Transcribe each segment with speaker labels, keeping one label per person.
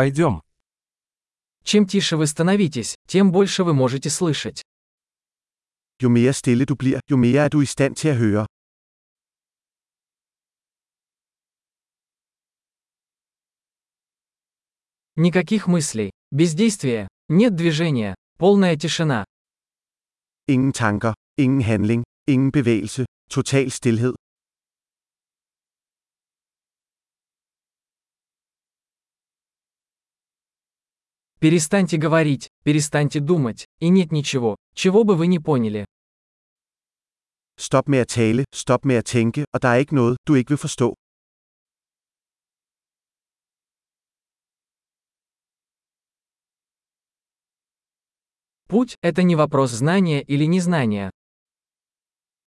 Speaker 1: Пойдем.
Speaker 2: Чем тише вы становитесь, тем больше вы можете слышать.
Speaker 3: Jo mere stille du bliver, jo mere er du i stand til at høre.
Speaker 2: Никаких мыслей, бездействия, нет движения, полная тишина.
Speaker 3: Ingen tanker, ingen handling, ingen bevægelse, total stilhed.
Speaker 2: Перестаньте говорить, перестаньте думать, и нет ничего, чего бы вы не поняли.
Speaker 3: Stop med at tale, stop med at tænke, og der er ikke noget, du ikke vil forstå.
Speaker 2: Путь – это не вопрос знания или незнания.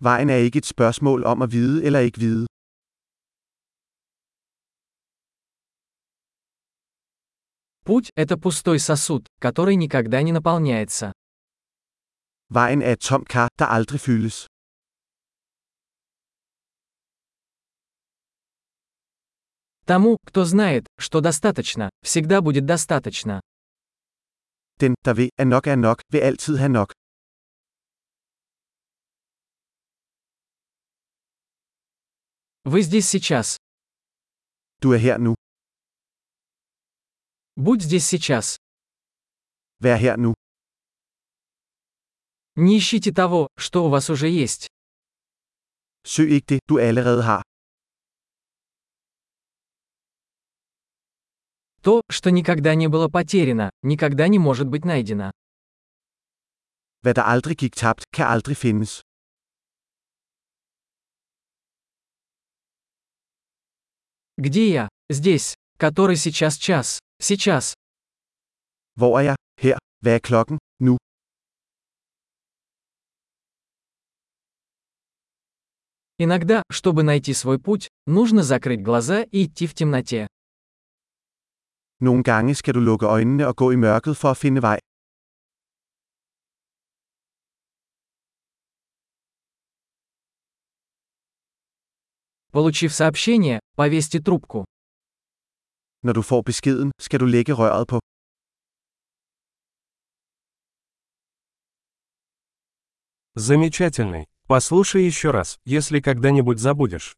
Speaker 3: Vejen er ikke et spørgsmål om at vide eller ikke vide.
Speaker 2: Путь – это пустой сосуд, который никогда не наполняется.
Speaker 3: Vejen er et tomt kar, der aldrig fyldes.
Speaker 2: Тому, кто знает, что достаточно, всегда будет достаточно.
Speaker 3: Den, der ved, at nok er nok, vil altid have nok.
Speaker 2: Вы здесь сейчас.
Speaker 3: Du er her nu.
Speaker 2: Будь здесь сейчас.
Speaker 3: Vær her nu.
Speaker 2: Не ищите того, что у вас уже есть.
Speaker 3: Søg ikke det, du allerede har.
Speaker 2: То, что никогда не было потеряно, никогда не может быть найдено.
Speaker 3: Hvad der aldrig gik tabt, kan aldrig findes.
Speaker 2: Где я? Здесь. Который сейчас час? Сейчас.
Speaker 3: Hvor er jeg? Her. Hvad er klokken? Nu.
Speaker 2: Иногда, чтобы найти свой путь, нужно закрыть глаза и идти в темноте.
Speaker 3: Nogle gange skal du lukke øjnene og gå i mørket for at finde vej.
Speaker 2: Получив сообщение, повесьте трубку.
Speaker 3: Når du får beskeden, skal du lægge røret på.
Speaker 1: Замечательный. Послушай еще раз, если когда-нибудь забудешь.